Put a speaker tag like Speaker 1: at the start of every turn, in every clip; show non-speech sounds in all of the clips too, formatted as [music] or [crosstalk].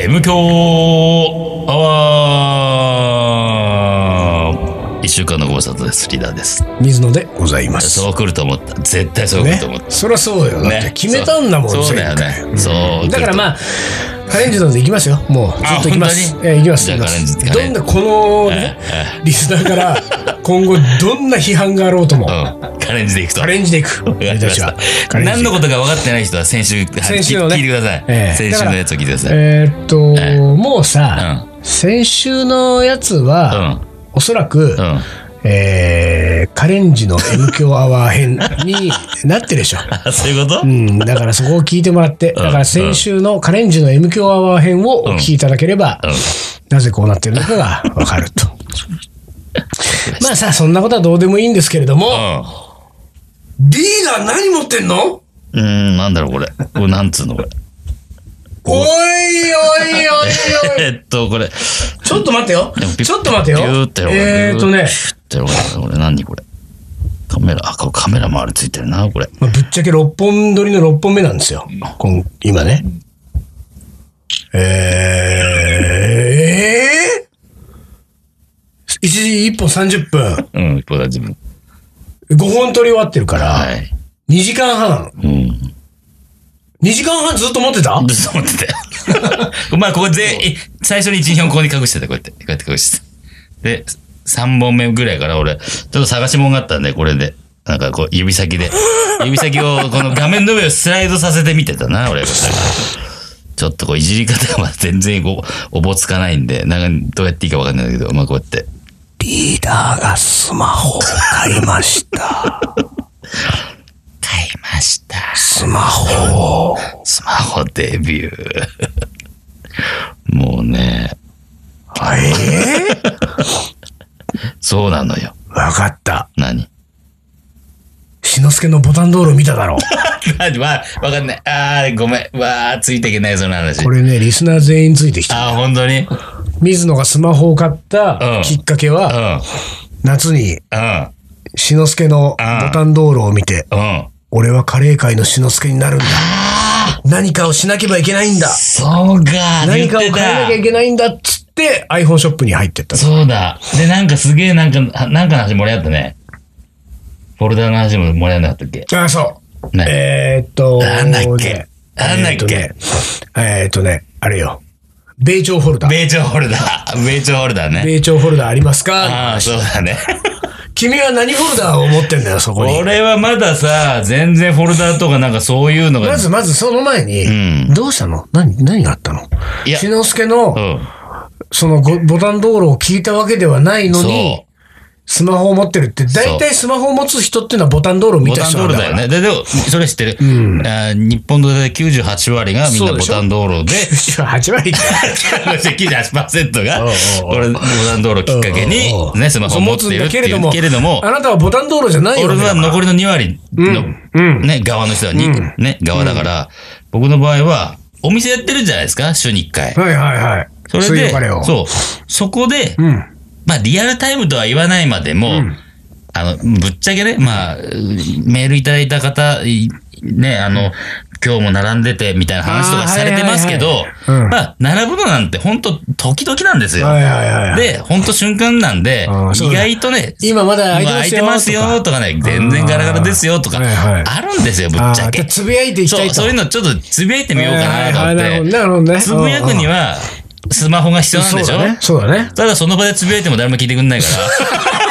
Speaker 1: M 強アワー一週間のご無沙汰です。リーダーです。
Speaker 2: 水野で。
Speaker 3: ございます。
Speaker 1: そう来ると思った。絶対そう来る
Speaker 3: ね
Speaker 1: と思っ。た。
Speaker 3: そりゃそうだよ。だって決めたんだもん、
Speaker 1: そうそうだよ
Speaker 3: 前回
Speaker 1: ね。そう。
Speaker 2: だからま
Speaker 1: あ、
Speaker 2: あ、カレンジなんで行きますよ。もう、ずっと行きます
Speaker 1: 本。当に
Speaker 2: えー、行きます。
Speaker 1: じゃあ
Speaker 2: 行きま
Speaker 1: カレンジ
Speaker 2: す
Speaker 1: カレ
Speaker 2: ど
Speaker 1: ン
Speaker 2: ん
Speaker 1: ジ
Speaker 2: な、このね、リスナー
Speaker 1: [laughs]
Speaker 2: から、今後、どんな批判があろうとも、
Speaker 1: うん。カレンジでいくと。
Speaker 2: カレンジで行く。
Speaker 1: わかり
Speaker 2: 俺
Speaker 1: ま
Speaker 2: たちは。
Speaker 1: した
Speaker 2: カレンジ
Speaker 1: 何のことか分かってない人は先週、
Speaker 2: 先週のね
Speaker 1: 聞いてください。
Speaker 2: ええ
Speaker 1: 先週のやつを聞いてください。
Speaker 2: えーっと、もうさ
Speaker 1: う、
Speaker 2: 先週のやつ
Speaker 1: う
Speaker 2: は、
Speaker 1: ん。
Speaker 2: おそらく
Speaker 1: う、ん。
Speaker 2: えーカレンジの M 強アワー編になってるでしょ。
Speaker 1: あ、そういうこと
Speaker 2: うん、だからそこを聞いてもらって、だから先週のカレンジの M 強アワー編をお聞きいただければ、
Speaker 1: んうん
Speaker 2: なぜこうなってるのかがわかると。 [laughs] まあさ、そんなことはどうでもいいんですけれども、
Speaker 3: リーダー何持ってんの
Speaker 1: うん。うん、なんだろう、これ。これ、なんつうの、これ。
Speaker 2: おいおいお
Speaker 1: [laughs]
Speaker 2: いおい。
Speaker 1: えっと、これ。
Speaker 2: ちょっと待ってよ。ちょっと待って
Speaker 1: ビュー
Speaker 2: よ
Speaker 1: って。やろうか
Speaker 2: えーっと
Speaker 1: ビュ
Speaker 2: ね、
Speaker 1: ーってやろうかこれ何これ。カメラ、あ、これカメラ回りついてるな、これ。
Speaker 2: まあぶっちゃけ6本撮りの6本目なんですよ。こん今ね。えー、えー、1時1本30分。
Speaker 1: うん、これは自分。
Speaker 2: 5本撮り終わってるから、
Speaker 1: はい。
Speaker 2: 2時間半。
Speaker 1: うん。
Speaker 2: 2時間半ずっと持ってた
Speaker 1: ずっと思って [laughs] たよ。まあ、ここ全員、最初に1、2本ここに隠してた、こうやって。こうやって隠してた。で、3本目ぐらいから俺、ちょっと探し物があったんで、これで。なんかこう、指先 [laughs] で。指先を、この画面の上をスライドさせてみてたな、俺。ちょっとこう、いじり方がまだ全然こう、おぼつかないんで、なんか、どうやっていいかわかんないんだけど、まあこうやって。
Speaker 2: リーダーがスマホを買いました。
Speaker 1: 買いました。
Speaker 2: [laughs] スマホを。
Speaker 1: スマホデビュー。もうね、
Speaker 2: ええ
Speaker 1: そうなのよ。
Speaker 2: わかった。
Speaker 1: 何
Speaker 2: しのすけのボタン道路見ただろう。
Speaker 1: 何わ、わかんない。あー、ごめん。わー、ついていけない、その話
Speaker 2: こ。れね、リスナー全員ついてきた。
Speaker 1: あー、本当にうん。
Speaker 2: 水野がスマホを買ったきっかけは、夏に
Speaker 1: うん。
Speaker 2: しのすけのボタン道路を見て、
Speaker 1: うん。
Speaker 2: 俺はカレー界のしのすけになるんだ。何かをしなければいけないんだ。
Speaker 1: そうか。
Speaker 2: 何かを変えなきゃ
Speaker 1: 言
Speaker 2: い
Speaker 1: って
Speaker 2: けないんだっつって、iPhone ショップに入ってった
Speaker 1: た。。そうだ。で、なんかすげえ、なんか、はなんかの話盛り上がったね。フォルダーの話も盛り上がんなかったっけ
Speaker 2: ああ、そう。
Speaker 1: ね。
Speaker 2: えーっと、
Speaker 1: なんだっけ
Speaker 2: ね
Speaker 1: なんだっけ
Speaker 2: えーっとねえーっとね、あれよ。米朝フォルダ。
Speaker 1: 米朝フォルダー。米朝フォルダーね。
Speaker 2: 米朝フォルダありますか
Speaker 1: ああ、そうだ
Speaker 2: [laughs]
Speaker 1: ね。
Speaker 2: 君は何フォルダを持ってんだよ、そこに。
Speaker 1: 俺はまださ、全然フォルダーとかなんかそういうのが。
Speaker 2: まずまずその前に、
Speaker 1: うん
Speaker 2: どうしたの何、何があったの
Speaker 1: いや
Speaker 2: しのすけの
Speaker 1: う、ん。
Speaker 2: そのごボタン道路を聞いたわけではないのに
Speaker 1: そ、
Speaker 2: スマホを持ってるって、大体スマホを持つ人っていうのはボタン道路を
Speaker 1: う。
Speaker 2: 見
Speaker 1: ボ
Speaker 2: た
Speaker 1: タン
Speaker 2: 人
Speaker 1: 道
Speaker 2: なん
Speaker 1: 路
Speaker 2: だか
Speaker 1: だ
Speaker 2: ら
Speaker 1: よね。で、でも、それ知ってる。
Speaker 2: ん
Speaker 1: あー日本の大体98割がみんな
Speaker 2: そう
Speaker 1: ボ
Speaker 2: でしょ
Speaker 1: タン
Speaker 2: [laughs]
Speaker 1: 道路で、
Speaker 2: 8割か。
Speaker 1: 98%が、
Speaker 2: うんうん
Speaker 1: 俺、ボタン道路をきっかけに
Speaker 2: うんうんう、ん
Speaker 1: ね、スマホを持っているっていうけれども
Speaker 2: あ、なたはボタン道路じゃないよ
Speaker 1: 俺
Speaker 2: ね。
Speaker 1: は残りの2割の、
Speaker 2: うん
Speaker 1: ね、側の人はに、ね、側だから、僕の場合は、お店やってるじゃないですか、週に1回。
Speaker 2: はいはいはい。
Speaker 1: それ
Speaker 2: 水
Speaker 1: で
Speaker 2: 曜カレーを、
Speaker 1: そう、そこで、
Speaker 2: うん。
Speaker 1: まあ、リアルタイムとは言わないまでも、あの、ぶっちゃけね、まあ、うメールいただいた方、いね、あの、今日も並んでてみたいな話と
Speaker 2: あ
Speaker 1: か
Speaker 2: ー
Speaker 1: されてますけ
Speaker 2: はい
Speaker 1: ど
Speaker 2: はい、はいうん
Speaker 1: まあ、並ぶのなんて本当時々なんですよ。
Speaker 2: はいはいはいはい。
Speaker 1: で、ほんと瞬間なんで
Speaker 2: あ、ーそう
Speaker 1: 意
Speaker 2: だ
Speaker 1: 外とね、
Speaker 2: 今まだ空いて
Speaker 1: 空
Speaker 2: ま
Speaker 1: い
Speaker 2: す
Speaker 1: て
Speaker 2: よ。
Speaker 1: ますよとかね、全然ガラガラですよとか、
Speaker 2: はいはい
Speaker 1: あるんですよ、ぶ
Speaker 2: あ
Speaker 1: っ
Speaker 2: ー
Speaker 1: ちゃけ
Speaker 2: じゃあ。つぶやいていきた
Speaker 1: そ、
Speaker 2: いうと。
Speaker 1: そういうのちょっとつぶやいてみようかなと思っ
Speaker 2: はいはいはい
Speaker 1: て。
Speaker 2: なるほどね
Speaker 1: つぶやくには、スマホが必要なんでしょ
Speaker 2: そうだね。そうだね。
Speaker 1: ただその場でつぶやいても誰も聞いてくんな
Speaker 2: [laughs]
Speaker 1: いから。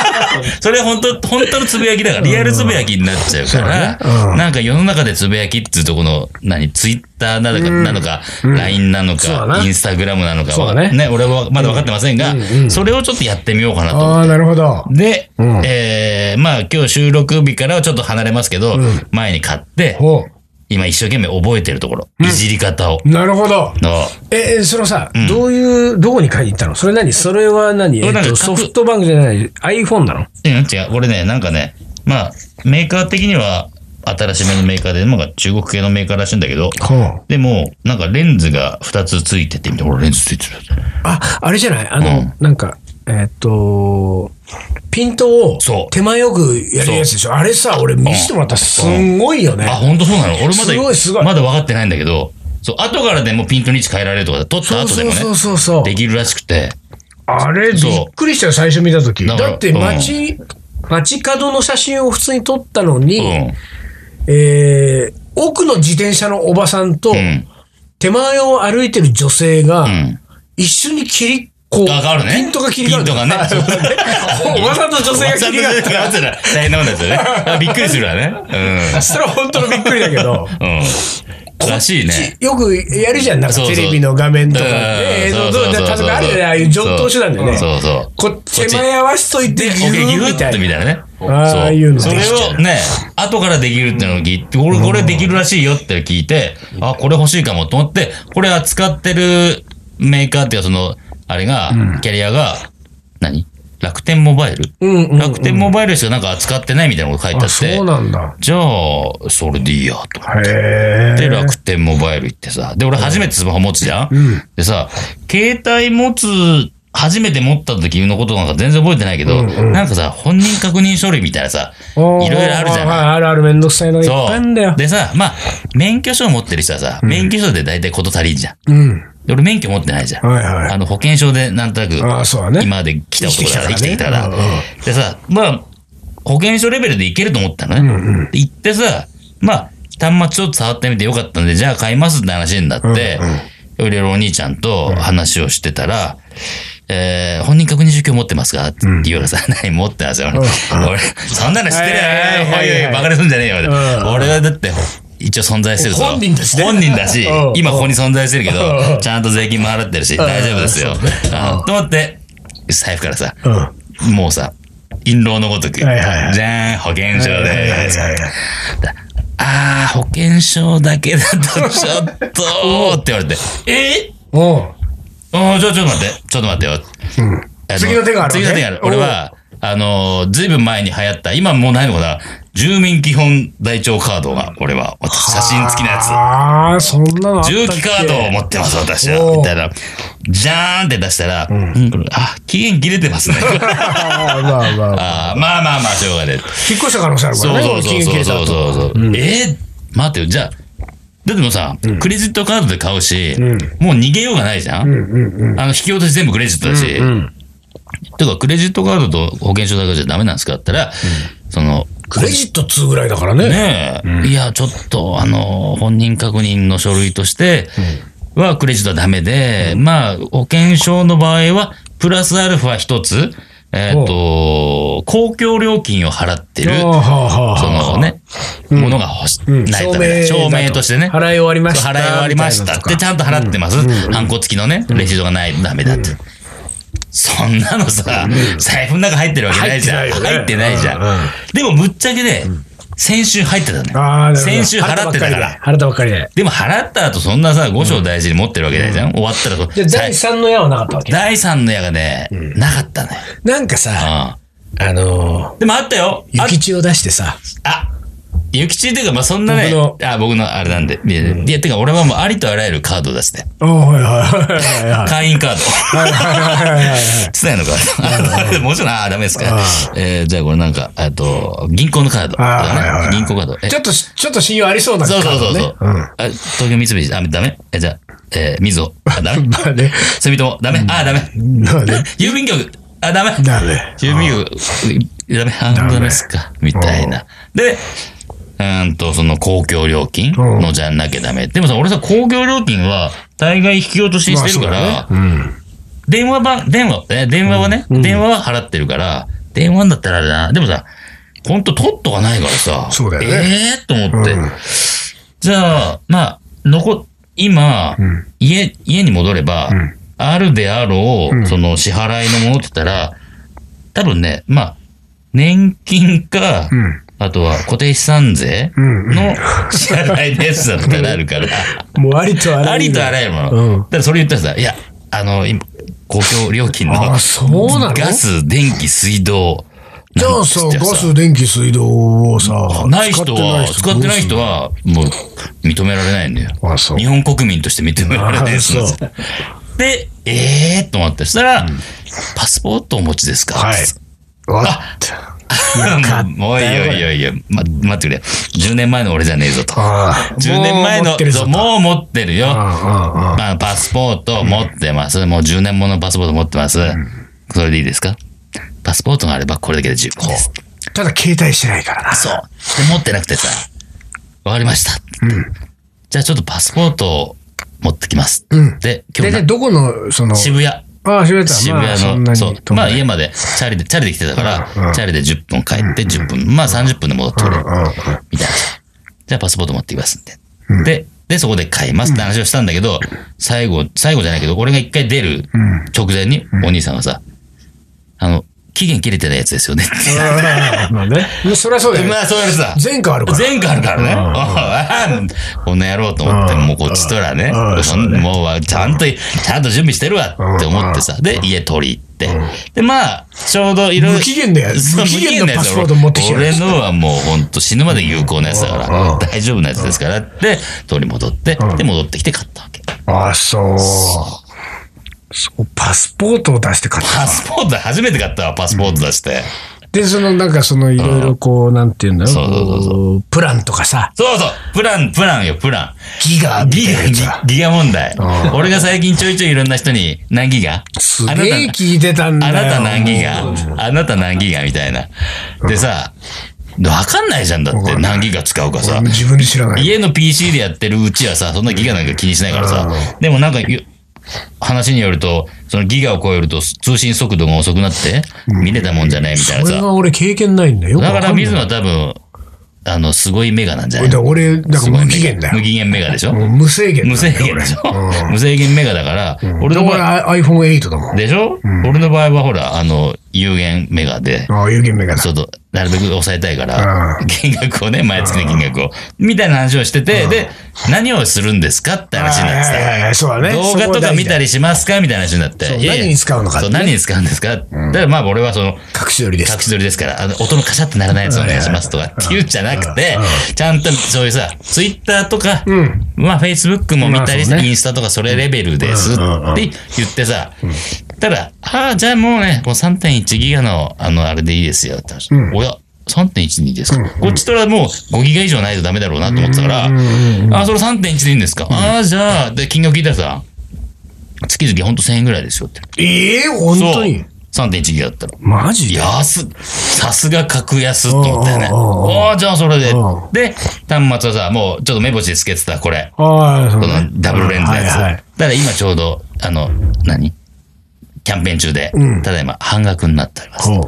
Speaker 1: それは本当、本当のつぶやきだから、リアルつぶやきになっちゃうから、
Speaker 2: そうだねうん
Speaker 1: なんか世の中でつぶやきっていうとこの、何、ツイッターなのか、なのか、LINE なの
Speaker 2: そう
Speaker 1: か
Speaker 2: だ、ね
Speaker 1: インスタグラムなのか
Speaker 2: そう
Speaker 1: は、
Speaker 2: だね
Speaker 1: ね、俺はまだ分かってませんが、それをちょっとやってみようかなと思って
Speaker 2: ああ、なるほど。
Speaker 1: で、
Speaker 2: ん
Speaker 1: えー、まあ今日収録日からはちょっと離れますけど、前に買って、
Speaker 2: ほ
Speaker 1: 今一生懸命覚えてるところ、いじり方を。
Speaker 2: う。なるほど。
Speaker 1: の
Speaker 2: え、えそのさ、どういう、どこに買いに行ったのそれ何それは何え
Speaker 1: れ
Speaker 2: っ
Speaker 1: なんか
Speaker 2: と、ソフトバンクじゃない、iPhone なの
Speaker 1: うん、違う、これね、なんかね、まあ、メーカー的には新しめのメーカーで、なんか中国系のメーカーらしいんだけど、
Speaker 2: ほう。
Speaker 1: でも、なんかレンズが2つついてて、みたいな、ほら、レンズついてる。
Speaker 2: あ、あれじゃないあの、
Speaker 1: うん
Speaker 2: なんか、えっと、ピントを
Speaker 1: そう
Speaker 2: 手前よくやるやつでしょあれさ、俺見せてもらったらすんごいよね。
Speaker 1: あ、ほんとそうなの俺まだ、
Speaker 2: すごいすごい
Speaker 1: まだ分かってないんだけど、そう、後からでもピントの位置変えられるとか、取った後でもね、
Speaker 2: そうそうそうそう
Speaker 1: できるらしくて。
Speaker 2: あれ、びっ
Speaker 1: そう
Speaker 2: くりしたよ、最初見たとき。
Speaker 1: だから
Speaker 2: だって、街、街角の写真を普通に撮ったのに、
Speaker 1: うん。
Speaker 2: えー、奥の自転車のおばさんと、
Speaker 1: うん。
Speaker 2: 手前を歩いてる女性が、
Speaker 1: うん。
Speaker 2: 一緒に切り、こう、
Speaker 1: あ変わるね
Speaker 2: ピントが切 [laughs] り替わる。
Speaker 1: ピントがね
Speaker 2: おばさんと女性が切り替わる。
Speaker 1: 変わったら大変なもんですよね。あびっくりするわね。
Speaker 2: それは本当のびっくりだけ
Speaker 1: [laughs]
Speaker 2: ど。
Speaker 1: うん。うん。らしいね。
Speaker 2: よくやるじゃん、なんか
Speaker 1: そうそう
Speaker 2: テレビの画面とかで、映
Speaker 1: う
Speaker 2: 像
Speaker 1: ん
Speaker 2: どうだ
Speaker 1: そう
Speaker 2: 例
Speaker 1: そうそう
Speaker 2: えばあるじゃない、ああいう上等手段でね。
Speaker 1: そうそう。
Speaker 2: こっち手前合わしといて、ギ
Speaker 1: オッケーギ
Speaker 2: ュー
Speaker 1: ュー
Speaker 2: み
Speaker 1: ッ
Speaker 2: た
Speaker 1: と
Speaker 2: い
Speaker 1: み
Speaker 2: な。
Speaker 1: たいなね。
Speaker 2: ああいうの
Speaker 1: それをね、後からできるってのを聞いて、俺、これできるらしいよって聞いて、あ、これ欲しいかもと思って、これ扱ってるメーカーっていうか、その、あれが、キャリアが、何楽天モバイル
Speaker 2: うんうんうん
Speaker 1: 楽天モバイルしかなんか扱ってないみたいなこと書いてあ
Speaker 2: あ
Speaker 1: っ
Speaker 2: そう
Speaker 1: て、
Speaker 2: なんだ。
Speaker 1: じゃあ、それでいいや、と思っ
Speaker 2: へ
Speaker 1: て、
Speaker 2: え。
Speaker 1: 楽天モバイル行ってさ、で、俺初めてスマホ持つじゃんでさ、携帯持つ、初めて持った時のことなんか全然覚えてないけど、なんかさ、本人確認書類みたいなさ、い
Speaker 2: お
Speaker 1: ろ
Speaker 2: ー
Speaker 1: いろあるじゃない
Speaker 2: あるあるめんどくさいのがいっぱいあるんだ
Speaker 1: そ
Speaker 2: よ
Speaker 1: う。。でさ、まあ、免許証持ってる人はさ、免許証で大体こと足りんじゃん。
Speaker 2: うん。
Speaker 1: で俺免許持ってないじゃん。
Speaker 2: はいはい
Speaker 1: あの、保険証でなんとなく、
Speaker 2: ああ、そうだね。
Speaker 1: 今まで来た男だから、
Speaker 2: 生
Speaker 1: 生
Speaker 2: き
Speaker 1: き
Speaker 2: て
Speaker 1: て
Speaker 2: き
Speaker 1: き
Speaker 2: た
Speaker 1: た
Speaker 2: か
Speaker 1: からら
Speaker 2: ね。
Speaker 1: でさ、まあ、保険証レベルでいけると思ったのね。で行ってさ、まあ、端末ちょっと触ってみてよかったんで、じゃあ買いますって話になって、いろいろお兄ちゃんと話をしてたら、えー、本人確認書今日持ってますかって言うからさ、何持ってますよ。俺、そんなの知ってるよ
Speaker 2: はいはいはいはい
Speaker 1: おいおい、バカにすんじゃねえよ。
Speaker 2: ん
Speaker 1: 俺はだって、一応存在してるぞ。
Speaker 2: 本人だしね
Speaker 1: 本人だし
Speaker 2: うん
Speaker 1: 今ここに存在してるけ
Speaker 2: うん
Speaker 1: ど、ちゃんと税金も払ってるし、大丈夫ですよ。あと思って、財布からさ、もうさ、印籠のごとく、じ
Speaker 2: はいはいはい
Speaker 1: ゃーん、保険証
Speaker 2: はいはいはいはい
Speaker 1: で
Speaker 2: はい
Speaker 1: あー、保険証だけだとちょっと、って言われて、
Speaker 2: [laughs]
Speaker 1: え
Speaker 2: おう
Speaker 1: あー、ちょ、ちょっと待って、ちょっと待ってよ。あ
Speaker 2: 次の手があるわけ
Speaker 1: 次の手がある。俺は、あのー、ずいぶん前に流行った、今もうないのかな、住民基本台帳カードが、俺は、写真付きのやつ。
Speaker 2: ああ、そんなのあったっけ
Speaker 1: 重機カードを持ってます、私は。
Speaker 2: おう
Speaker 1: みたいな。じゃーんって出したら、うんこれあ、期限切れ
Speaker 2: [laughs]
Speaker 1: てますね。
Speaker 2: ああまあまあ。
Speaker 1: [laughs] あーまあまあまあ、しょうがねえ。
Speaker 2: 引っ越した可能性あるか
Speaker 1: そ
Speaker 2: ら
Speaker 1: う
Speaker 2: ね。
Speaker 1: そうそう
Speaker 2: 期限切
Speaker 1: そう
Speaker 2: れた
Speaker 1: そう
Speaker 2: 後
Speaker 1: そうえー、待ってよ、じゃあ。だってもうさ、クレジットカードで買うし、もう逃げようがないじゃん,、あの、引き落とし全部クレジットだし。てか、クレジットカードと保険証だけじゃダメなんですかって言ったら、その、
Speaker 2: クレジット2ぐらいだからね。
Speaker 1: ねえ、いや、ちょっと、あの、本人確認の書類としては、クレジットはダメで、まあ、保険証の場合は、プラスアルファ一つ、えっ、と、公共料金を払ってる、
Speaker 2: はあはあはあ
Speaker 1: そのね、ものが欲し、ないとね、証明としてね。
Speaker 2: 払い終わりました。
Speaker 1: そう払い終わりました
Speaker 2: み
Speaker 1: った
Speaker 2: い
Speaker 1: て、
Speaker 2: な
Speaker 1: ちゃんと払ってます。ハンコ付きのね、レシートがないとダメだって。そんなのさ、財布の中入ってるわけないじゃん。
Speaker 2: 入ってないよね
Speaker 1: 入ってないじゃ
Speaker 2: うんうん
Speaker 1: ん。でも、ぶっちゃけで、先週入ってたね
Speaker 2: とかああ、。なるほど
Speaker 1: 先週払ってたから。。
Speaker 2: 払ったばっかりで。
Speaker 1: でも、払った後、そんなさ、5章大事に持ってるわけないじゃん。終わったら、
Speaker 2: じゃあ第
Speaker 1: さ
Speaker 2: 3の矢はなかったわけ
Speaker 1: 第3の矢がね、なかったね。
Speaker 2: なんかさ、あの
Speaker 1: うん。でも、あったよ。
Speaker 2: ー、
Speaker 1: あ
Speaker 2: 諭吉を出してさ、
Speaker 1: あゆきちっていうか、まあ、そんなね、
Speaker 2: 僕
Speaker 1: あ、僕のあれなんで。いや、いやてか、俺はもうありとあらゆるカード出して。
Speaker 2: おーはいはいはいはい
Speaker 1: 会員カード。
Speaker 2: はいはい
Speaker 1: [laughs]
Speaker 2: はい
Speaker 1: 伝えのか。あもちろん、あー、ダメですか。えー、じゃあこれなんか、えっと、銀行のカード。
Speaker 2: あーはいはいはい
Speaker 1: 銀行カード。え
Speaker 2: ちょっと、ちょっと信用ありそうな
Speaker 1: そうそうそう
Speaker 2: カー
Speaker 1: そ
Speaker 2: ド
Speaker 1: う
Speaker 2: ね。
Speaker 1: [laughs] あ東京三菱、あ、ダメえ、じゃあ、えー、みずほ。あ、
Speaker 2: [laughs]
Speaker 1: ダメ
Speaker 2: まあね、
Speaker 1: 住友、ダメあー、ダメ
Speaker 2: まあね、
Speaker 1: 郵便局、あ、ダメ
Speaker 2: ダメ。
Speaker 1: 郵便局、ダメあ、ダメですかみたいな。で、うーんと、その公共料金のじゃなきゃダメ。でもさ、俺さ、公共料金は、大概引き落とししてるから、電話番、電話、え電話はね、電話は払ってるから、電話だったらあれだな。でもさ、ほんと取っとかないからさ。
Speaker 2: そうだよね。
Speaker 1: ええー、と思って。じゃあ、まあ、残、今、家、家に戻れば、あるであろう、その支払いのものって言ったら、多分ね、まあ、年金か、あとは固定資産税の支払いですってなるから、
Speaker 2: [laughs] もうありとあらゆる。
Speaker 1: ありとあらゆるもの。
Speaker 2: うん
Speaker 1: だからそれ言ったらさ、いや、あの、今、公共料金の
Speaker 2: あそうなの
Speaker 1: ガス、電気、水道。
Speaker 2: じゃあさ、
Speaker 1: なんて
Speaker 2: ガ
Speaker 1: 言って
Speaker 2: ス、電気、水道をさ、
Speaker 1: ない人は、使ってない人
Speaker 2: は。
Speaker 1: は、もう、認められないんだよ。
Speaker 2: あ、そう
Speaker 1: 日。本国民として認められないです
Speaker 2: あそう
Speaker 1: で、ええー、と思って、そしたら、パスポートお持ちですか、
Speaker 2: はい。わ
Speaker 1: あ
Speaker 2: っかったよ
Speaker 1: [laughs] もういいよいいよいいよ、ま、待ってくれよ。10年前の俺じゃねえぞと。
Speaker 2: ああ
Speaker 1: 10年前
Speaker 2: もう持
Speaker 1: の
Speaker 2: ってるぞ
Speaker 1: そうもう持ってるよ。
Speaker 2: ああ
Speaker 1: まあ、パスポート持ってます。もう10年ものパスポート持ってます。それでいいですかパスポートがあればこれだけで十分です。
Speaker 2: ただ携帯してないからな。
Speaker 1: そう。で持ってなくてさ、わかりました。じゃあちょっとパスポートを持ってきます。
Speaker 2: うん
Speaker 1: で、今
Speaker 2: 大
Speaker 1: 日
Speaker 2: 体
Speaker 1: な
Speaker 2: どこの、その、
Speaker 1: 渋谷。
Speaker 2: ああ、渋谷
Speaker 1: 渋
Speaker 2: まあ、そ
Speaker 1: 谷
Speaker 2: ん
Speaker 1: の、
Speaker 2: なに
Speaker 1: そう。
Speaker 2: 遠く
Speaker 1: まあ
Speaker 2: ない。
Speaker 1: 家まで、チャリで、チャリで来てたから、
Speaker 2: うんうん
Speaker 1: チャリで10分帰って10分、まあ30分で戻ってくれ、
Speaker 2: うんうん
Speaker 1: みたいな。じゃあパスポート持ってきますんで。で、で、そこで買いますって話をしたんだけど、最後、最後じゃないけど、俺が一回出
Speaker 2: ん
Speaker 1: る直前に、お兄さんがさ、あの、期限切れてないやつですよね。 [laughs]
Speaker 2: うん [laughs] まあね。そりゃそうだよ。
Speaker 1: まあ、そうやるさ。
Speaker 2: 前科あるから。
Speaker 1: 前科あるからね。おい [laughs] この野郎と思って、
Speaker 2: うん
Speaker 1: もうこっちとらね
Speaker 2: うん、
Speaker 1: そんもうちゃんと、ちゃんと準備してるわって思ってさ、で、家取り行って。で、まあ、ちょうどいろいろ。
Speaker 2: 無期限だよ
Speaker 1: そう
Speaker 2: 無期限の
Speaker 1: 無期やつ
Speaker 2: パスポート持ってきてる
Speaker 1: 俺のはもうほんと死ぬまで有効なやつだか
Speaker 2: う
Speaker 1: ら
Speaker 2: ん、
Speaker 1: 大丈夫なやつですからって、取り戻って、で、戻ってきて買ったわけ。
Speaker 2: ああ、そう。そうパスポートを出して買った
Speaker 1: パ。スポートだ初めて買ったわ、パスポート出して。
Speaker 2: で、その、なんか、その、いろいろこう、なんていうんだろ
Speaker 1: そうそうそうそ
Speaker 2: こうプランとかさ、
Speaker 1: そうそう、プラン、プランよ、プラン。
Speaker 2: ギガみ
Speaker 1: ギ
Speaker 2: たい
Speaker 1: ガ、
Speaker 2: な
Speaker 1: ギ
Speaker 2: や
Speaker 1: ギガ問題
Speaker 2: う。ん
Speaker 1: 俺が最近ちょいちょいいろんな人に、何ギガ
Speaker 2: つす
Speaker 1: あなた
Speaker 2: げえ聞いてたんだ
Speaker 1: あ
Speaker 2: よ。
Speaker 1: なた何ギガあなた何ギガみたいな。でさ、わかんないじゃんだって、何ギガ使うか
Speaker 2: 俺
Speaker 1: さ
Speaker 2: も。自分で知らない。
Speaker 1: 家の PC でやってるうちはさ、そんなギガなんか気にしないからさ。でもなんかゆ、話によると、そのギガを超えると通信速度が遅くなって、見れたもんじゃないみたいな
Speaker 2: それ
Speaker 1: さ。
Speaker 2: が俺経験ないんだよ。
Speaker 1: だから水野
Speaker 2: だ
Speaker 1: は多分、あの、すごいメガなんじゃない
Speaker 2: から俺、だから無期限だ
Speaker 1: 無
Speaker 2: よ。
Speaker 1: 期限メガでしょ
Speaker 2: もう無制限だよ
Speaker 1: 無制限でしょ
Speaker 2: 俺
Speaker 1: 無制限メガだから、
Speaker 2: うん
Speaker 1: 俺
Speaker 2: だ
Speaker 1: の場
Speaker 2: か
Speaker 1: 合、
Speaker 2: ら iPhone8 だもん。
Speaker 1: でしょ、俺の場合はほら、あの、有限メガで、
Speaker 2: ああ、有限メガだ
Speaker 1: ちょ。っと、なるべく抑えたいから
Speaker 2: う、
Speaker 1: 金額をね、毎月の金額を、みたいな話をしてて、で、何をするんですかって話になって
Speaker 2: はいはいはいはい
Speaker 1: さ、
Speaker 2: そうだね
Speaker 1: 動画とか見た
Speaker 2: り。
Speaker 1: りしますかみたいな話になって
Speaker 2: そう。
Speaker 1: いやいや
Speaker 2: 何に使うのかって
Speaker 1: そう、何に使うんですかだからまあ、俺はその、
Speaker 2: 隠し撮りです
Speaker 1: 隠。し撮りですから、あの、音のカシャってならないやつお願いしますとかっていうんじゃなくて、ちゃんとそういうさ、ツイッターとか、まあ、フェイスブックも見たり、
Speaker 2: まあそうね
Speaker 1: インスタとかそれレベルですって言ってさ、ただ、ああ、じゃあもうね、もう3.1ギガの、あの、あれでいいですよって話。おや3.12ですか、こっちとらもう5ギガ以上ないとダメだろうなと思ってたから、ああ、それ3.1でいいんですか、ああ、じゃあ、で、金額聞いたらさ、月々ほんと1000円ぐらいですよって。
Speaker 2: ええ、本当に
Speaker 1: そう ?3.1 ギガだったら。
Speaker 2: マジで
Speaker 1: 安っさすが格安と思ったよね。
Speaker 2: うんうんうんうん
Speaker 1: おーじゃあそれで
Speaker 2: うん。
Speaker 1: で、端末はさ、もうちょっと目星つけてた、これ。
Speaker 2: ああ、そう
Speaker 1: こ
Speaker 2: ね
Speaker 1: のダブルレンズのやつ。
Speaker 2: はいはい
Speaker 1: だから今ちょうど、あの、何キャンペーン中で、
Speaker 2: うん
Speaker 1: ただいま半額になっております。
Speaker 2: ほう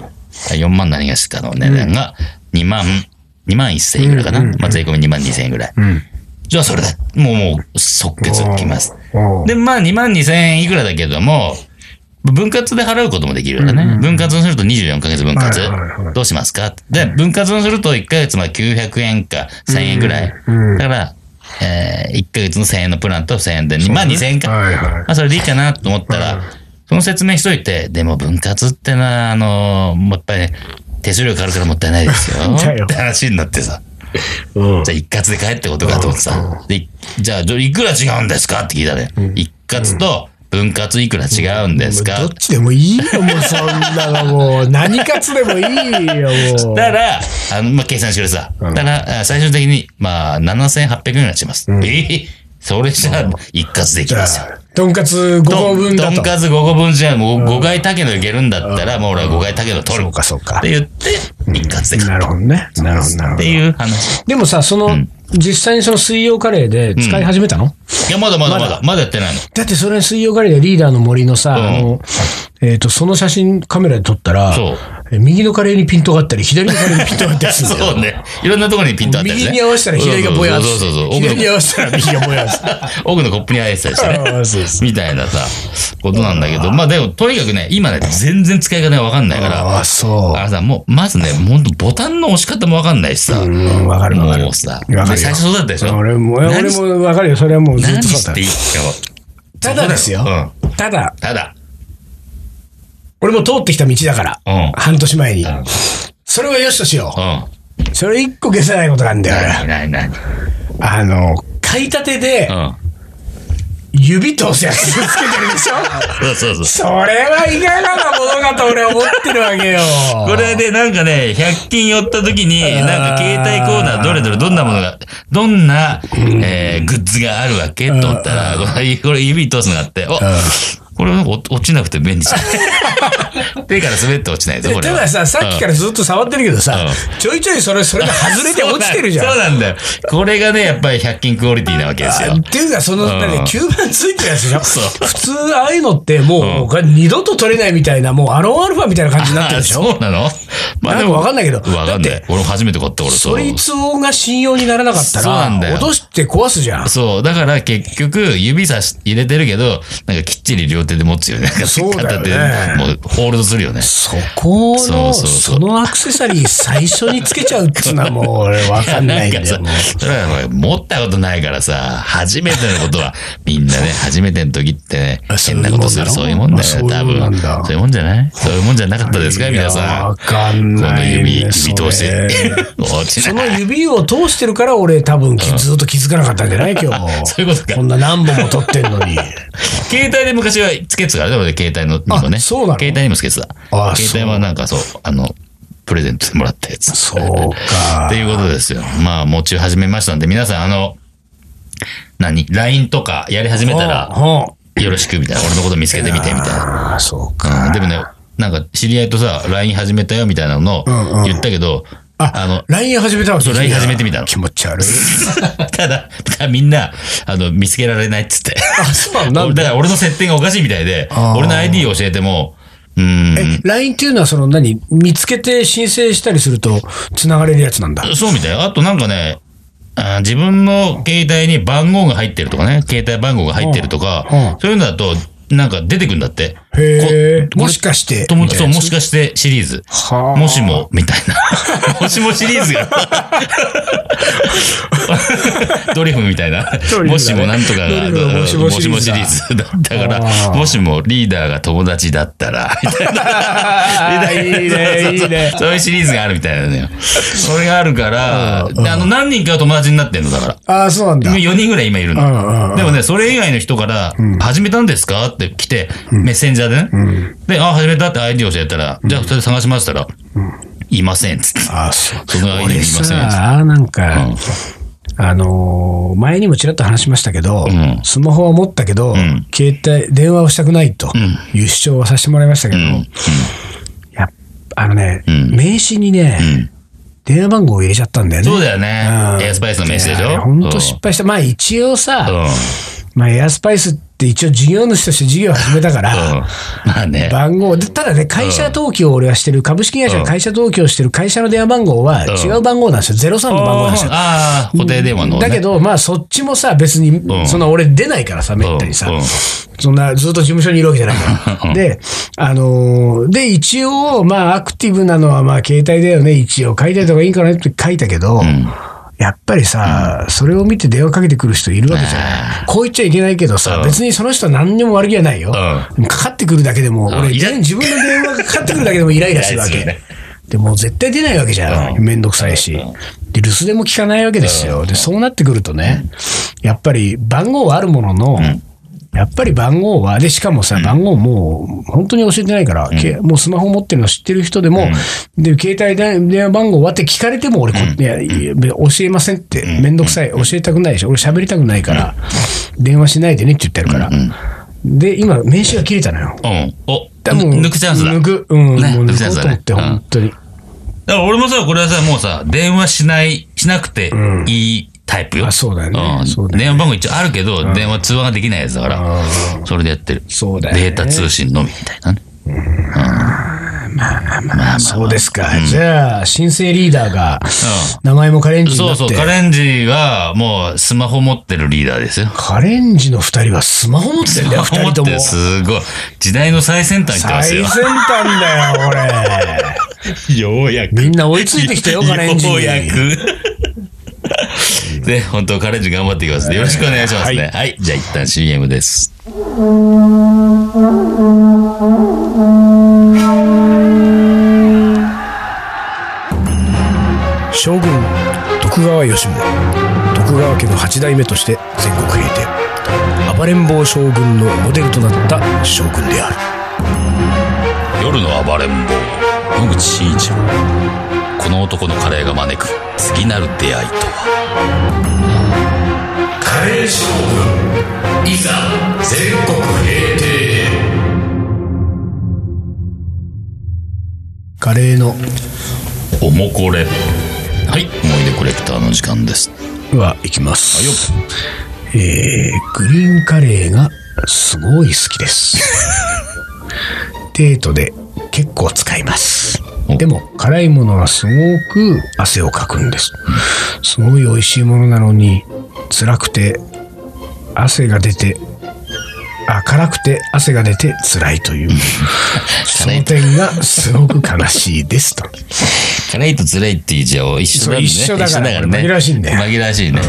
Speaker 1: 4万何がしかの値段が2万、2万1000円ぐらいかな。まあ税込み2万2000円ぐらい。
Speaker 2: ん
Speaker 1: じゃあそれだ。もうもう即決きます。
Speaker 2: おう
Speaker 1: で、まあ2万2千円いくらだけども、分割で払うこともできるよね。分割にすると24ヶ月分割
Speaker 2: はいはいは。
Speaker 1: どうしますかで、分割にすると1ヶ月まあ900円か1000円ぐらい。だから、えー、1ヶ月の1000円のプランと1000円で2万2千円か。
Speaker 2: はいはい
Speaker 1: まあそれでいいかなと思ったら、その説明しといて、でも分割ってのは、あのー、もうやっぱりね、手数料かかるからもったいないです
Speaker 2: [laughs]
Speaker 1: よ。
Speaker 2: だよ
Speaker 1: って話になってさ。
Speaker 2: うん
Speaker 1: じゃあ一括で買えってことかと思ってさ。で、じゃあ、いくら違うんですかって聞いたね。一括と分割いくら違うんですか
Speaker 2: もうどっちでもいいよ、もうそんなのもう。何かつでもいいよ、もう。
Speaker 1: たら、あの、まあ、計算してくれさ。たら、あ最終的に、まあ、7800円ぐらいします。ええそれじゃあ、一括でき
Speaker 2: じゃ
Speaker 1: ますよ。
Speaker 2: あとんかつ5
Speaker 1: と
Speaker 2: 合分だ
Speaker 1: ん
Speaker 2: と。
Speaker 1: かつ5個分じゃ、もう5回竹のいけるんだったら、もう俺は5回竹の取る。
Speaker 2: そうかそうか
Speaker 1: って言って、一括で買
Speaker 2: な
Speaker 1: っ
Speaker 2: るほどね。なるほど、な
Speaker 1: た
Speaker 2: る
Speaker 1: っ
Speaker 2: ほ
Speaker 1: ていう話。
Speaker 2: ど。でもさ、その、実際にその水曜カレーで使い始めたの、
Speaker 1: いや、まだまだまだ、まだやってないの。
Speaker 2: だってそれ水曜カレーでリーダーの森のさ、
Speaker 1: ん
Speaker 2: あの、えっ、と、その写真カメラで撮ったら
Speaker 1: そう、
Speaker 2: え右のカレーにピントがあったり、左のカレーにピントがあったりするんだよ
Speaker 1: [laughs] そうね。いろんなところにピントあったりね。
Speaker 2: 右に合わせたら左がぼやっつって
Speaker 1: そうそうそうそう。
Speaker 2: 左に合わせたら右がぼやっつって
Speaker 1: [laughs] 奥のコップに合わせたりして
Speaker 2: あ
Speaker 1: ね
Speaker 2: [laughs] あそうそ。
Speaker 1: みたいなさ、ことなんだけど。まあでも、とにかくね、今ね、全然使い方がわかんないから。
Speaker 2: ああ、そ
Speaker 1: あのさ、もう、まずね、ほんとボタンの押し方もわかんないしさ。
Speaker 2: んわかるわかる
Speaker 1: もうさ、
Speaker 2: わかるよ
Speaker 1: で最初そうだったでし
Speaker 2: う。
Speaker 1: ょ
Speaker 2: 俺も、俺もわかるよ。それはもうずっ
Speaker 1: 何
Speaker 2: とそう
Speaker 1: し
Speaker 2: だ
Speaker 1: て
Speaker 2: っ
Speaker 1: いいか
Speaker 2: た。ただですよ。
Speaker 1: う
Speaker 2: ただ、
Speaker 1: ただ、
Speaker 2: 俺も通ってきた道だから、
Speaker 1: うん
Speaker 2: 半年前に。それはよしとしよ
Speaker 1: うん。
Speaker 2: う。それ一個消せないことがあるんだよ
Speaker 1: 何、何、何。
Speaker 2: 俺。あの、買いたてで
Speaker 1: う、ん。
Speaker 2: 指通すやつつけてるでしょ
Speaker 1: そうそうそう。
Speaker 2: それはいかがなものかと俺は思ってるわけよ。
Speaker 1: これでなんかね、100均寄った時に、なんか携帯コーナーどれどれどんなものが、どんな、えーグッズがあるわけと思ったら、これこれ指通すのがあって、おこれなんか落落ちなくて便利じ
Speaker 2: [laughs]
Speaker 1: ゃん。手から滑って落ちないぞ、こ
Speaker 2: で
Speaker 1: れ
Speaker 2: た
Speaker 1: は。
Speaker 2: ださ、さっきからずっと触ってるけどさ、ちょいちょいそれ、それが外れて落ちてるじゃん。
Speaker 1: そうなんだよ。これがね、やっぱり100均クオリティなわけですよ。
Speaker 2: っていうか、その、何吸盤ついてるやつでしょ
Speaker 1: そう
Speaker 2: 普通、ああいうのって、もう、もう二度と取れないみたいな、もう、アロンアルファみたいな感じになってるでしょ
Speaker 1: そうなのま
Speaker 2: なんかわかんないけど
Speaker 1: わかん
Speaker 2: だ
Speaker 1: な
Speaker 2: っ
Speaker 1: い。俺も初めて買った、俺そう。
Speaker 2: そいつが信用にならなかった
Speaker 1: そうなんだ
Speaker 2: ら、
Speaker 1: よ
Speaker 2: 落として壊すじゃん。
Speaker 1: そう。だから結局、指差し入れてるけど、なんかきっちり両手で持つよね。なんか
Speaker 2: そうだよね
Speaker 1: 片手でもうホールドするよね。
Speaker 2: そこの、
Speaker 1: そ
Speaker 2: そう
Speaker 1: そうそう
Speaker 2: のアクセサリー最初につけちゃうっていうのはもう俺わかんないんだ
Speaker 1: か [laughs] さ
Speaker 2: よ。もう、
Speaker 1: それは持ったことないからさ、初めてのこ
Speaker 2: [laughs]
Speaker 1: とは、みんなね、初めての時ってね、
Speaker 2: あそうい
Speaker 1: 変
Speaker 2: う
Speaker 1: なことする。そういうもんだよ、
Speaker 2: もんだ
Speaker 1: 多
Speaker 2: ろう
Speaker 1: 分。
Speaker 2: あ
Speaker 1: そう
Speaker 2: そう
Speaker 1: いうもんじゃないそういうもんじゃなかったですか
Speaker 2: いや
Speaker 1: 皆さん。
Speaker 2: わかんない
Speaker 1: この指、
Speaker 2: ね
Speaker 1: 指通し
Speaker 2: それ
Speaker 1: [laughs] て。落ち
Speaker 2: そ
Speaker 1: な
Speaker 2: の
Speaker 1: い。
Speaker 2: 指を通してるから俺多分きずっと気づかなかったんじゃない今日。
Speaker 1: [laughs] そういうことか
Speaker 2: こんな何本も撮ってんの
Speaker 1: [laughs]
Speaker 2: に。
Speaker 1: 携帯で昔はつけてたからね、俺携帯のにもね。
Speaker 2: あそうなの
Speaker 1: 携帯にもつけてた
Speaker 2: あ。そう
Speaker 1: 携帯はなんかそう、あの、プレゼントでもらったやつ。
Speaker 2: そう
Speaker 1: っ
Speaker 2: か
Speaker 1: て。いうことですよ。まあ、持ち始めましたんで、皆さん、あの、何 ?LINE とかやり始めたら、
Speaker 2: ほ
Speaker 1: よろしくみたいな。俺のこと見つけてみて、みたいな。
Speaker 2: ああ、そうか。
Speaker 1: うん、でもね、なんか、知り合いとさ、LINE 始めたよ、みたいなのを
Speaker 2: んうん
Speaker 1: 言ったけど、
Speaker 2: あ、
Speaker 1: あの、 [laughs]
Speaker 2: LINE 始めたわけ
Speaker 1: そう LINE 始めてみたの
Speaker 2: 気持ち悪い。
Speaker 1: [laughs] ただ、ただみんな、あの、見つけられないっつって。
Speaker 2: あ、そう
Speaker 1: だから俺の設定がおかしいみたいで、
Speaker 2: あー
Speaker 1: 俺の ID を教えても、うーん、
Speaker 2: LINE っていうのは、その何見つけて申請したりすると、繋がれるやつなんだ。
Speaker 1: そうみたい。あとなんかね、あー自分の携帯に番号が入ってるとかね、携帯番号が入ってると
Speaker 2: うんう
Speaker 1: か
Speaker 2: ん、
Speaker 1: そういうのだと、なんか出てくんだって。
Speaker 2: へえ
Speaker 1: こ。これ
Speaker 2: もしかして。
Speaker 1: ともそう、もしかしてシリーズ。
Speaker 2: はあ
Speaker 1: もしも、みたい
Speaker 2: [laughs]
Speaker 1: な。もしもシリーズが。ドリフみたいな。
Speaker 2: ドリフだね
Speaker 1: もしもなんとか
Speaker 2: ド
Speaker 1: が、
Speaker 2: リフのもし
Speaker 1: も
Speaker 2: もシ
Speaker 1: し
Speaker 2: リーズだ
Speaker 1: もシリーズだったから、
Speaker 2: あー
Speaker 1: もしもリーダーが友達だったら、みたいな。
Speaker 2: あーいいね、いいね。
Speaker 1: [laughs] そういうシリーズがあるみたいなのよ。それがあるから、であの、何人か友達になってんの、だから。
Speaker 2: ああ、そうなんだ。
Speaker 1: 4人ぐらい今いる
Speaker 2: うんうんう
Speaker 1: の。
Speaker 2: ん
Speaker 1: でもね、それ以外の人から、始めたんですかって来て、メッセンジャーでね。で、あ、始めたって ID を教えたら、じゃあそれ探しますって言ったら、いませんっつって。
Speaker 2: ああ、そう。
Speaker 1: その ID い
Speaker 2: 俺
Speaker 1: ませんっつ
Speaker 2: さ
Speaker 1: って。
Speaker 2: ああ、なんか
Speaker 1: うん、
Speaker 2: あのー、前にもちらっと話しましたけど
Speaker 1: ん、
Speaker 2: スマホは持ったけど
Speaker 1: ん、
Speaker 2: 携帯、電話をしたくないという主張はさせてもらいましたけど、やっあのね、
Speaker 1: ん
Speaker 2: 名刺にね、電話番号を入れちゃったんだよね。
Speaker 1: そうだよね。
Speaker 2: うん
Speaker 1: エアスパイスの名刺でし
Speaker 2: いや
Speaker 1: ょ
Speaker 2: ほんと失敗した。まあ一応
Speaker 1: うん [laughs]
Speaker 2: さ、まあエアスパイスって一応事業主として事業を始めたか
Speaker 1: うんうん
Speaker 2: ら、
Speaker 1: まあね。
Speaker 2: 番号、でただね、会社登記を俺はしてる、株式会社
Speaker 1: うん
Speaker 2: の会社登記をしてる会社の電話番号は違う番号なんですよ。03の番号なんですよ。
Speaker 1: ああ、固定電話のね。
Speaker 2: だけど、まあそっちもさ、別に
Speaker 1: ん、
Speaker 2: そんな俺出ないからさ、めったにさ
Speaker 1: うんうん、
Speaker 2: そんなずっと事務所にいるわけじゃない
Speaker 1: [laughs]
Speaker 2: から。で、あのー、で、一応、まあアクティブなのはまあ携帯だよね、一応書いたりとかいいんかなって書いたけど、やっぱりさ、それを見て電話かけてくる人いるわけじゃない。こう言っちゃいけないけど
Speaker 1: う
Speaker 2: さ
Speaker 1: ん、
Speaker 2: 別にその人は何にも悪気はないよ。
Speaker 1: う
Speaker 2: でもかかってくるだけでも、
Speaker 1: ん
Speaker 2: 俺、
Speaker 1: いら
Speaker 2: 自分の電話がかかってくるだけでもイライラするわ
Speaker 1: イライラ
Speaker 2: け
Speaker 1: する。
Speaker 2: でもう絶対出ないわけじゃん。
Speaker 1: うん
Speaker 2: めんどくさいし。で、留守でも聞かないわけですよ。で、そうなってくるとね、やっぱり番号はあるものの、やっぱり番号は、で、しかもさ、番号もう本当に教えてないから、けもうスマホ持ってるの知ってる人でも、で、携帯で電話番号はって聞かれても俺こ、いやいや教えませんって、めんどくさい、教えたくないし、俺喋りたくないから、電話しないでねって言ってるから。で、今、名刺が切れたのよ。
Speaker 1: うん。お、
Speaker 2: だからもう
Speaker 1: 抜くチャンスだ。
Speaker 2: 抜く。うん。
Speaker 1: ね
Speaker 2: もう
Speaker 1: 抜くチ
Speaker 2: 抜
Speaker 1: ャン
Speaker 2: こうと
Speaker 1: スだ
Speaker 2: 思
Speaker 1: ね
Speaker 2: って、本当に。
Speaker 1: だから俺もさ、これはさ、もうさ、電話しない、しなくていいタイプよ。
Speaker 2: あそうだよね
Speaker 1: ん
Speaker 2: そうだよね
Speaker 1: 電話番号一応あるけど、電話通話ができないやつだから、それでやってる。
Speaker 2: そうだよね
Speaker 1: データ通信のみみたいなね。
Speaker 2: そうですか。じゃあ、新生リーダーが、名前もカレンジに
Speaker 1: そ
Speaker 2: な
Speaker 1: う
Speaker 2: っ
Speaker 1: そう、
Speaker 2: て。
Speaker 1: カレンジはもうスマホ持ってるリーダーですよ。
Speaker 2: カレンジの二人はスマホ持ってんだよ、二人と
Speaker 1: 持って
Speaker 2: も。
Speaker 1: る
Speaker 2: 最
Speaker 1: すごい。時代の最先端行ってます
Speaker 2: 先
Speaker 1: よ。
Speaker 2: 端だよ、俺。
Speaker 1: ようやく。
Speaker 2: みんな追いついてきたよ、カレンジに。
Speaker 1: ようや [laughs] く。で、本当カレンジ頑張っていきますんでよろしくお願いしますね。はい、じゃあ一旦 CM です。
Speaker 2: 将軍徳川吉宗徳徳川家の8代目として全国平定暴れん坊将軍のモデルとなった将軍である
Speaker 1: 夜の暴れん坊野口真一郎この男のカレーが招く次なる出会いとは
Speaker 3: カレー将軍いざ全国平定
Speaker 2: カレーの
Speaker 1: おもこれはい思い出コレクターの時間です
Speaker 2: はいきますえー、グリーンカレーがすごい好きです [laughs] デートで結構使います
Speaker 1: お
Speaker 2: でも辛いものはすごく汗をかくんですすごい美味しいものなのに辛くて汗が出てあ辛くて汗が出て辛いと [laughs] いうその点がすごく悲しいですと
Speaker 1: 辛いと辛いっていう字は一緒だもんね
Speaker 2: そう一緒だから
Speaker 1: 一緒ね
Speaker 2: 紛らわしいんだよ
Speaker 1: 紛らわしいね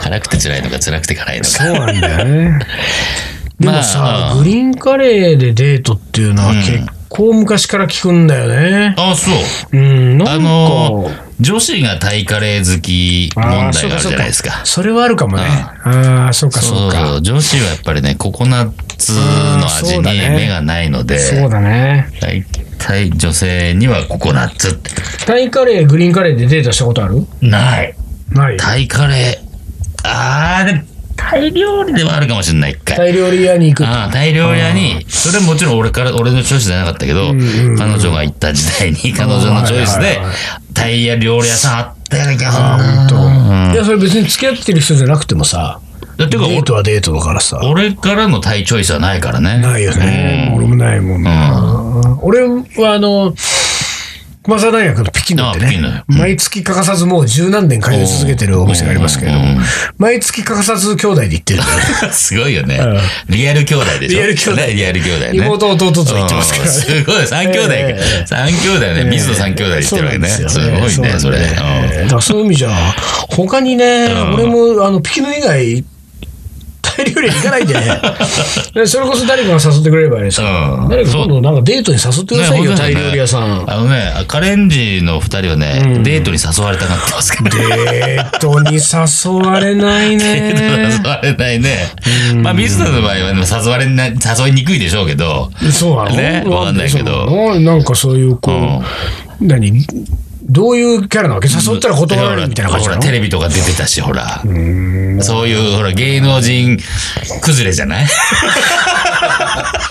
Speaker 1: 辛くて辛いのか辛くて辛いのか
Speaker 2: そうなんだよね。
Speaker 1: [laughs]
Speaker 2: でもさ、
Speaker 1: まあ
Speaker 2: グリーンカレーでデートっていうのは結構昔から聞くんだよね。
Speaker 1: あそう
Speaker 2: うん、なんか、
Speaker 1: あのー女子がタイカレー好き問
Speaker 2: あー
Speaker 1: 題があるじゃないです
Speaker 2: そう
Speaker 1: か
Speaker 2: そうそれはあるかもね。ああ、そうか
Speaker 1: そう
Speaker 2: そう
Speaker 1: そ
Speaker 2: か。
Speaker 1: う女子はやっぱりねココナッツの
Speaker 2: あ
Speaker 1: 味
Speaker 2: ーそう
Speaker 1: に
Speaker 2: だね
Speaker 1: 目がないので
Speaker 2: そうだね。
Speaker 1: 大体女性にはココナッツって
Speaker 2: タイカレー、グリーンカレーでデートしたことある
Speaker 1: ない
Speaker 2: ない。
Speaker 1: タイカレーあーでもタイ料理ではあるかもしれない一回
Speaker 2: タイ料理屋に行く。
Speaker 1: ああタイ料理屋にそれもちろん俺から俺のチョイスじゃなかったけど、彼女が行った時代に彼女のチョイス
Speaker 2: はい
Speaker 1: で
Speaker 2: はいはい
Speaker 1: タイや料理屋さんあったような気がする
Speaker 2: ほんと
Speaker 1: な。
Speaker 2: いや、それ別に付き合ってる人じゃなくてもさ、
Speaker 1: だって
Speaker 2: デ
Speaker 1: か
Speaker 2: ートはデートだからさ。
Speaker 1: 俺俺からのタイチョイスはないからね。
Speaker 2: ないよね。俺もないもんな。俺はあの、駒沢大学のピキノって
Speaker 1: あピキノ
Speaker 2: ね、毎月欠かさずもう十何年通い続けてるお店がありますけれども、毎月欠かさず兄弟で行ってるんだよね。
Speaker 1: [laughs] すごいよね。リアル兄弟でしょ。
Speaker 2: リアル兄弟
Speaker 1: ねリアル兄弟ね。
Speaker 2: 妹弟と行ってますから
Speaker 1: うんすごい、三兄弟
Speaker 2: ええ
Speaker 1: か。三兄弟ね、水野三兄弟で言ってるわけね。
Speaker 2: そう
Speaker 1: す
Speaker 2: なん
Speaker 1: ご
Speaker 2: で
Speaker 1: い
Speaker 2: よ
Speaker 1: ね、それ。うん
Speaker 2: だからそういう意味じゃ、他にね、俺もあのピキノ以外、タイ料理行かないんでね。
Speaker 1: [laughs]
Speaker 2: でそれこそ誰かが誘ってくれればいいです
Speaker 1: う
Speaker 2: よ
Speaker 1: ん
Speaker 2: 誰か今度なんかデートに誘ってくださいよ、
Speaker 1: ね
Speaker 2: タイ料理屋さ
Speaker 1: 本
Speaker 2: ん
Speaker 1: 当。だよねあのね、カレンジの二人はね、デートに誘われたがってますから。
Speaker 2: デートに誘われない
Speaker 1: [laughs] デートに
Speaker 2: ね。
Speaker 1: 誘われないね。まあ、水野の場合は、ね、誘われな、誘いにくいでしょうけど。
Speaker 2: そうなの
Speaker 1: ねわかんないけ
Speaker 2: そ
Speaker 1: ど
Speaker 2: うなのなんかそういう、こう、何どういうキャラなわけ誘ったら断られるみたいな感じ
Speaker 1: ほ
Speaker 2: な
Speaker 1: ら、
Speaker 2: の
Speaker 1: テレビとか出てたし、ほら。そういう、ほら、芸能人崩れじゃない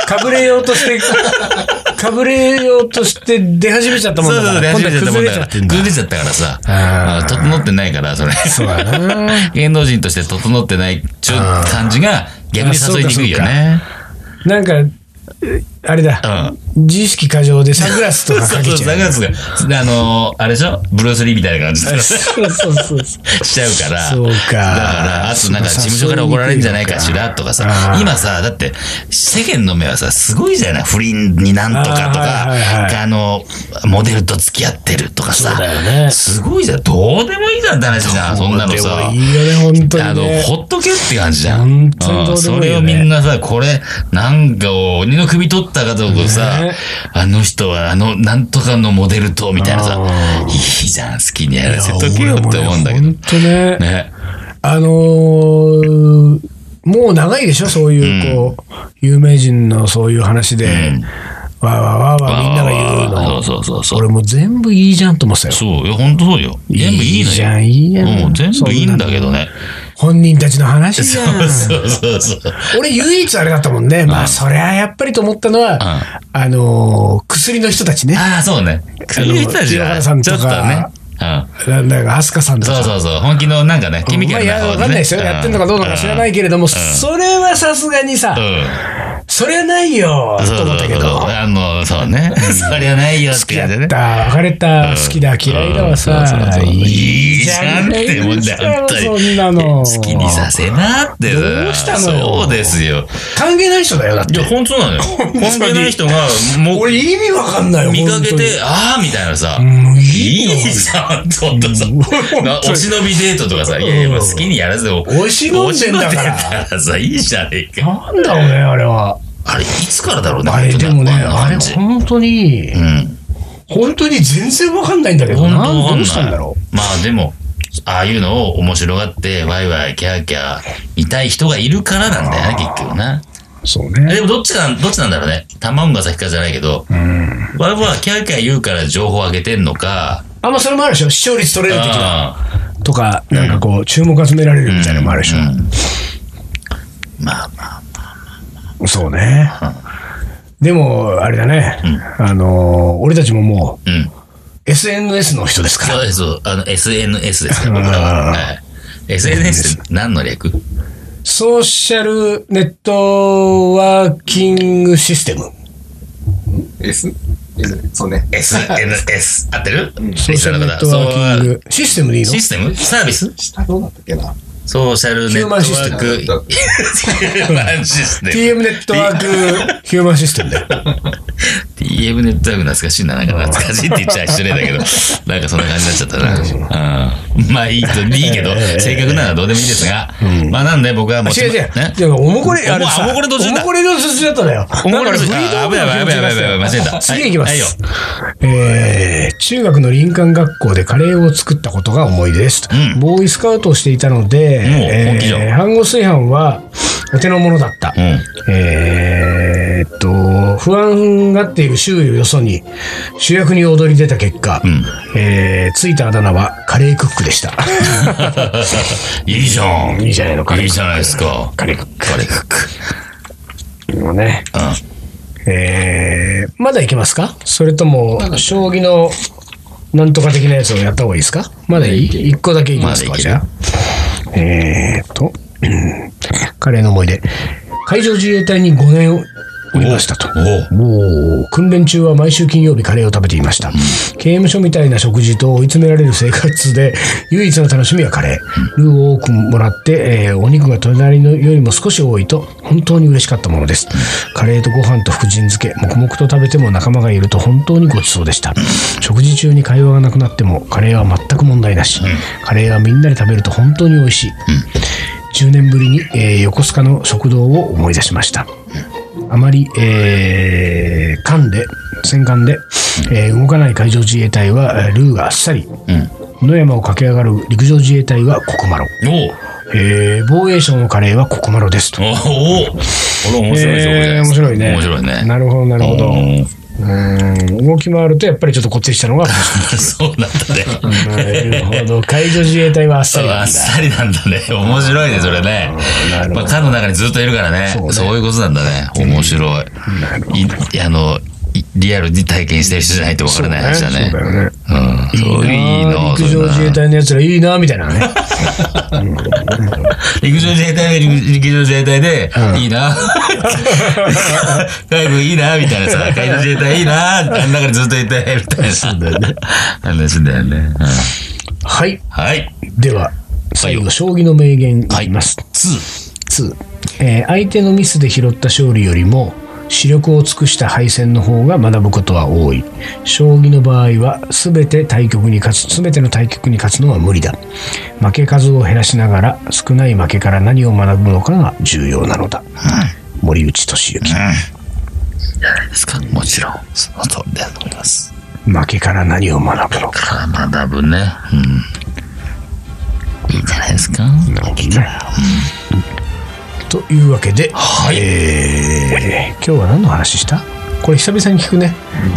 Speaker 2: かぶれようとして、かぶれようとして出始めちゃったも
Speaker 1: そ
Speaker 2: ん
Speaker 1: う
Speaker 2: だか
Speaker 1: そうそう、
Speaker 2: ら。
Speaker 1: 始めちゃったもん
Speaker 2: 今度は崩れ
Speaker 1: だ
Speaker 2: ち
Speaker 1: か
Speaker 2: ゃ
Speaker 1: ら。
Speaker 2: ってんだ
Speaker 1: 崩れちゃったからさ。
Speaker 2: あー
Speaker 1: あ整ってないから、それ。
Speaker 2: そうだな。
Speaker 1: [laughs] 芸能人として整ってないちゅう感じが逆に誘いにくいよね。
Speaker 2: なんか、えあれだ。自意識過剰でサングラスとか
Speaker 1: そ
Speaker 2: か
Speaker 1: う
Speaker 2: け
Speaker 1: そう、
Speaker 2: ちゃ
Speaker 1: サ
Speaker 2: う
Speaker 1: ング。ラスが、あのーあれでしょブルース・リーみたいな感じでし
Speaker 2: そうそうそうそう。
Speaker 1: ちゃうから。
Speaker 2: そうか
Speaker 1: だから、あとなんか事務所から怒られるんじゃないかしらとか
Speaker 2: あ
Speaker 1: さ。
Speaker 2: ー
Speaker 1: 今さ、だって、世間の目はさ、すごいじゃない不倫になんとか
Speaker 2: あ
Speaker 1: と
Speaker 2: ーはいはいはい
Speaker 1: か、あの、モデルと付き合ってるとかさ
Speaker 2: そうだよ。ね
Speaker 1: すごいじゃん。どうでもいいじゃんって話じゃん。そんなのさ。
Speaker 2: いいよね、本当
Speaker 1: あ
Speaker 2: に
Speaker 1: の
Speaker 2: ね。、
Speaker 1: ほっとけって感じじゃん。
Speaker 2: 本当にどうで
Speaker 1: そ
Speaker 2: もいい
Speaker 1: れ
Speaker 2: よ
Speaker 1: を
Speaker 2: ね
Speaker 1: みんなさ、これ、なんかを鬼の首取ったかとかさ、
Speaker 2: ね
Speaker 1: あの人はあの、なんとかのモデルと、みたいなさ
Speaker 2: あ、
Speaker 1: いいじゃん、好きにやらせとけよって思うんだけど
Speaker 2: 本。当ね。
Speaker 1: ね。
Speaker 2: あのーもう長いでしょ、そういう、こう、有名人のそういう話で、わーわーわーわーみんなが言うの。
Speaker 1: そうそうそうそう。
Speaker 2: 俺もう全部いいじゃんと思ってたよ。
Speaker 1: そうよ、ほんとそうよ。全部
Speaker 2: い
Speaker 1: いいのよ。
Speaker 2: いじゃんいいやん
Speaker 1: うん、全部いいんだけどね。
Speaker 2: 本人たちの話じ
Speaker 1: そ
Speaker 2: ゃ。
Speaker 1: うんそうそうそう。
Speaker 2: 俺唯一あれだったもんね。まあ、そりゃやっぱりと思ったのは、あのー薬の人たちね。
Speaker 1: ああ、そうね。首にたじ
Speaker 2: 清
Speaker 1: ゃ
Speaker 2: 原
Speaker 1: ん。
Speaker 2: さん
Speaker 1: ち
Speaker 2: と
Speaker 1: ょ
Speaker 2: か
Speaker 1: っとね。うん。
Speaker 2: なんだか、アスカさんとか
Speaker 1: そ
Speaker 2: さ。
Speaker 1: うそうそう。本気のなんかね、君
Speaker 2: ま
Speaker 1: みた
Speaker 2: あ、い
Speaker 1: い
Speaker 2: や、
Speaker 1: な。
Speaker 2: わかんないですよ。やってんのかどうのか知らないいけれども、それはさすがにさ
Speaker 1: う、ん。
Speaker 2: そりゃないよ、
Speaker 1: そう
Speaker 2: と
Speaker 1: そ
Speaker 2: 思
Speaker 1: う
Speaker 2: った
Speaker 1: そう
Speaker 2: け
Speaker 1: そう。
Speaker 2: ど。
Speaker 1: あの、そうね。そりゃないよっ
Speaker 2: 好き
Speaker 1: て
Speaker 2: だ
Speaker 1: や
Speaker 2: っ
Speaker 1: つね。
Speaker 2: た、別れた、好きだ、嫌いだはさ
Speaker 1: うんそうそう、そういいじゃんっ
Speaker 2: いい
Speaker 1: てもん
Speaker 2: じ
Speaker 1: だ
Speaker 2: ゃ
Speaker 1: よ、
Speaker 2: ん
Speaker 1: 本当
Speaker 2: そ
Speaker 1: に。
Speaker 2: んなの。
Speaker 1: 好きにさせなって。
Speaker 2: どうしたのよ
Speaker 1: そうですよ。
Speaker 2: 関係ない人だよ、だっ
Speaker 1: い
Speaker 2: て。
Speaker 1: や、本
Speaker 2: [laughs]
Speaker 1: 当なのよ。関係ない人が、もう、
Speaker 3: 俺意味わかんないよ
Speaker 1: 見か
Speaker 3: 本
Speaker 1: け
Speaker 3: 当に
Speaker 1: て、ああみたいなさ、
Speaker 2: ん
Speaker 1: いいじゃん、ちょっとさ、なお忍びデートとかさ、いやいや、まあ好きにやらせよ。
Speaker 2: お忍んでんだから
Speaker 1: お忍んでんだらさ、いいじゃねえか。
Speaker 2: なんだろうね、あれは。
Speaker 1: あれ、いつからだろうね、
Speaker 2: あれ、
Speaker 1: 本当
Speaker 2: で
Speaker 1: に
Speaker 2: もね、
Speaker 1: の
Speaker 2: あれ、
Speaker 1: 感じ
Speaker 2: 本当に
Speaker 1: う、ん。
Speaker 3: 本当に全然わかんないんだけど
Speaker 2: な
Speaker 1: 本当わ
Speaker 2: ど
Speaker 1: かん
Speaker 2: う
Speaker 1: ない
Speaker 2: したんだろ
Speaker 1: まあでも、ああいうのを面白がって、ワイワイ、キャーキャー、見たい人がいるからなんだよね、結局な。
Speaker 2: そう
Speaker 1: あ
Speaker 2: ね。
Speaker 1: でもどっちか、どっちなんだろうね。卵が先かじゃないけど、
Speaker 2: うん。
Speaker 1: ワイワイ、キャーキャー言うから情報上げてんのか、
Speaker 2: あんまそれもあるでしょ。視聴率取れる的な。
Speaker 1: あ
Speaker 2: とか、なんかこう、注目集められるみたいなのもあるでしょ。
Speaker 1: ーまあまあ、
Speaker 2: そうね。でも、あれだね。あのー、俺たちもも
Speaker 1: うん。
Speaker 2: う、SNS の人ですか
Speaker 1: そう
Speaker 2: ら。
Speaker 1: です、そうあの、SNS ですね、僕らは。
Speaker 2: あー
Speaker 1: はい、SNS って何の略
Speaker 2: ソーシャルネットワーキングシステム。
Speaker 4: S? S そうね。
Speaker 1: ?SNS。合ってる
Speaker 2: ソーシャルネットワーキング。システムでいいの
Speaker 1: システムサービス
Speaker 4: 下どうだったっけな
Speaker 1: ソーシャルネットワーク。
Speaker 4: ヒューマン
Speaker 1: ヒュー [laughs] マンシス
Speaker 2: [laughs]
Speaker 1: テ
Speaker 2: ?TM
Speaker 1: ム
Speaker 2: ネットワークヒューマンシステムだよ。
Speaker 1: TM ネットワーク懐かしいな。なんか懐かしいって言っちゃ失礼だ
Speaker 2: [laughs]
Speaker 1: けど、なんかそんな感じになっちゃったな。うん。まあいいと、いいけど、正確なのはどうでもいいですが。まあなんで僕はもう、
Speaker 2: 違う違う。
Speaker 1: ね
Speaker 2: いやおもこれ、あれ
Speaker 1: おも
Speaker 2: さ、
Speaker 1: おもこれ途中だ
Speaker 2: おもこれの途中だったんだよ。
Speaker 1: おもこれ
Speaker 2: だ
Speaker 1: 途中
Speaker 2: からフリートーク
Speaker 1: あ危ない危ない危ない危ない間違え
Speaker 2: [laughs]
Speaker 1: た
Speaker 2: 次
Speaker 1: はい
Speaker 2: 行きま
Speaker 1: はいよ
Speaker 2: す。えー中学の林間学校でカレーを作ったことが思い出ですと。
Speaker 1: うん
Speaker 2: ボーイスカウトをしていたので、
Speaker 1: 本気じゃん
Speaker 2: えー飯合炊飯はお手の物だった。
Speaker 1: うん。
Speaker 2: えーっと、不安がっている周囲をよそに、主役に躍り出た結果、
Speaker 1: ん
Speaker 2: えーついたあだ名はカレークックでした。
Speaker 1: [laughs] いいじゃん。
Speaker 2: いいじゃないのカレー
Speaker 1: いいじゃないですか。
Speaker 2: カレークック。
Speaker 1: カレーフック。
Speaker 2: もね。
Speaker 1: うん。
Speaker 2: えー、まだいけますかそれとも、将棋のなんとか的なやつをやった方がいいですかまだいい一個だけいきますか、
Speaker 1: まだいけ
Speaker 2: じ
Speaker 1: る
Speaker 2: ゃあ。えーと、うんカレーの思い出。海上自衛隊に5年おりましたと。
Speaker 1: おう
Speaker 2: おー訓練中は毎週金曜日カレーを食べていました、刑務所みたいな食事と追い詰められる生活で [laughs] 唯一の楽しみはカレールーを多くもらって、えーお肉が隣のよりも少し多いと本当に嬉しかったものですカレーとご飯と福神漬け黙々と食べても仲間がいると本当にごちそうでした食事中に会話がなくなってもカレーは全く問題なし、カレーはみんなで食べると本当に美味しい、10年ぶりに、えー横須賀の食堂を思い出しました、あまり、えー、噛んで、戦艦で、えー動かない海上自衛隊は、えールーがあっさり、
Speaker 1: うん。
Speaker 2: 野山を駆け上がる陸上自衛隊はコクマロ、
Speaker 1: おう
Speaker 2: えー防衛省のカレーはコクマロですと。
Speaker 1: おおこれ面白い情報じゃ
Speaker 2: えー
Speaker 1: ないで
Speaker 2: 面
Speaker 1: すか。
Speaker 2: 白いね。
Speaker 1: 面白いね。
Speaker 2: なるほど、なるほど。う
Speaker 1: ど。
Speaker 2: ーん、動き回ると、やっぱりちょっとこってりしたのが、
Speaker 1: [laughs] そうなんだね。
Speaker 2: なるほど。海上自衛隊はあっさり
Speaker 1: あ
Speaker 2: な
Speaker 1: っ
Speaker 2: んだ。
Speaker 1: さりなんだね。 [laughs] 面白いね、それね。
Speaker 2: なる
Speaker 1: まあ、
Speaker 2: ほ
Speaker 1: 缶の中にずっといるからね。
Speaker 2: そ
Speaker 1: そうう
Speaker 2: ね
Speaker 1: いうことなんだね。面白い。いいあの、いリアルに体験してる人じゃないとわからない話だね。
Speaker 2: そうだよね。
Speaker 1: うん。そういい
Speaker 2: なあ
Speaker 1: の。
Speaker 2: 陸上自衛
Speaker 1: それな
Speaker 2: 隊のやつらいいな、みたいなね。
Speaker 1: 陸上自衛隊が陸陸上自衛隊で
Speaker 2: う、ん
Speaker 1: いいな。 [laughs] 海軍いいな、みたい [laughs] なさ。海上自衛隊いいな。あん中にずっといて、みたいなさ。話だよね。うん
Speaker 2: はい。
Speaker 1: はい。
Speaker 2: では、最後、将棋の名言いきます。
Speaker 1: ツ
Speaker 2: 2、えー相手のミスで拾った勝利よりも視力を尽くした敗戦の方が学ぶことは多い将棋の場合は全て対局に勝つ全ての対局に勝つのは無理だ負け数を減らしながら少ない負けから何を学ぶのかが重要なのだ、森内俊之、
Speaker 1: じゃないですか。もちろん、その通りだと思います。
Speaker 2: 負けから何を学ぶのか
Speaker 1: から学ぶね。うん。いいんじゃないですか。
Speaker 2: というわけで、
Speaker 1: はい
Speaker 2: えー今日は何の話したこれ久々に聞くね、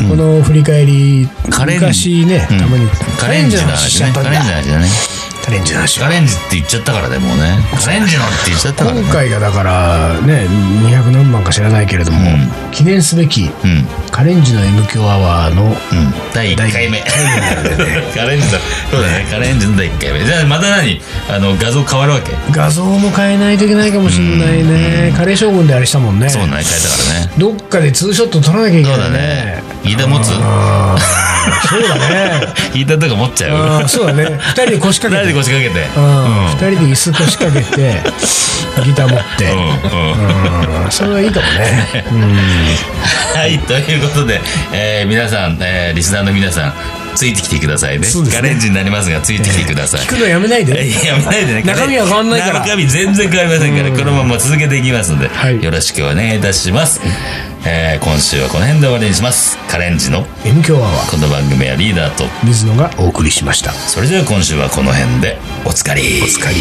Speaker 2: この振り返り
Speaker 1: カレン
Speaker 2: 昔ね、
Speaker 1: うん
Speaker 2: たまに
Speaker 1: カレンジの
Speaker 2: し
Speaker 1: 話
Speaker 2: ちゃ
Speaker 1: ね。
Speaker 2: った
Speaker 1: カ
Speaker 2: ん
Speaker 1: レンジの
Speaker 2: だ
Speaker 1: 話だね。
Speaker 2: カレンジの話
Speaker 1: カレンジって言っちゃったからでもうね。カレンジのって言っちゃったから
Speaker 2: 今
Speaker 1: ね。
Speaker 2: 回がだからね200何万か知らないけれども、
Speaker 1: う
Speaker 2: 記念すべき
Speaker 1: うん。うん。
Speaker 2: カレンジの M 強アワーの
Speaker 1: 第1回目。カレンジの、そうだね。カレンジの第1回目。じゃあまた何あの、画像変わるわけ
Speaker 2: 画像も変えないといけないかもしれないね、カレー将軍であれしたもんね
Speaker 1: そうだね。変えたからね。
Speaker 2: どっかでツーショット撮らなきゃいけ
Speaker 1: そ
Speaker 2: な
Speaker 1: う
Speaker 2: い
Speaker 1: だね
Speaker 2: ね。
Speaker 1: ギター持つ
Speaker 2: あーそうだ
Speaker 1: [laughs]
Speaker 2: ね
Speaker 1: ギターとか持っちゃ
Speaker 2: あ
Speaker 1: う
Speaker 2: ーそうだね2人で腰掛けて
Speaker 1: 誰で [laughs] 腰掛けて。
Speaker 2: 2人で椅子腰掛け
Speaker 1: [laughs]
Speaker 2: てギター持って、
Speaker 1: うん。うん。うん。
Speaker 2: うん [laughs] それはいいかもね、
Speaker 1: [laughs] はい、ということで、えー皆さん、えーリスナーの皆さん、ついてきてくださいね。
Speaker 2: そうですね
Speaker 1: ガレンジになりますが、ついてきてください。
Speaker 2: 聞くのやめないで、
Speaker 1: いや、見ないでね。
Speaker 2: 中身は変わんないから
Speaker 1: 中身全然変わりませんから、このまま続けていきますので、
Speaker 2: はい
Speaker 1: よろしくお願いいたします。えー今週はこの辺で終わりにします。カレンジの
Speaker 2: M 強アワー
Speaker 1: この番組はリーダーと、
Speaker 2: 水野がお送りしました
Speaker 1: それでは今週はこの辺でおつかり。おつかり。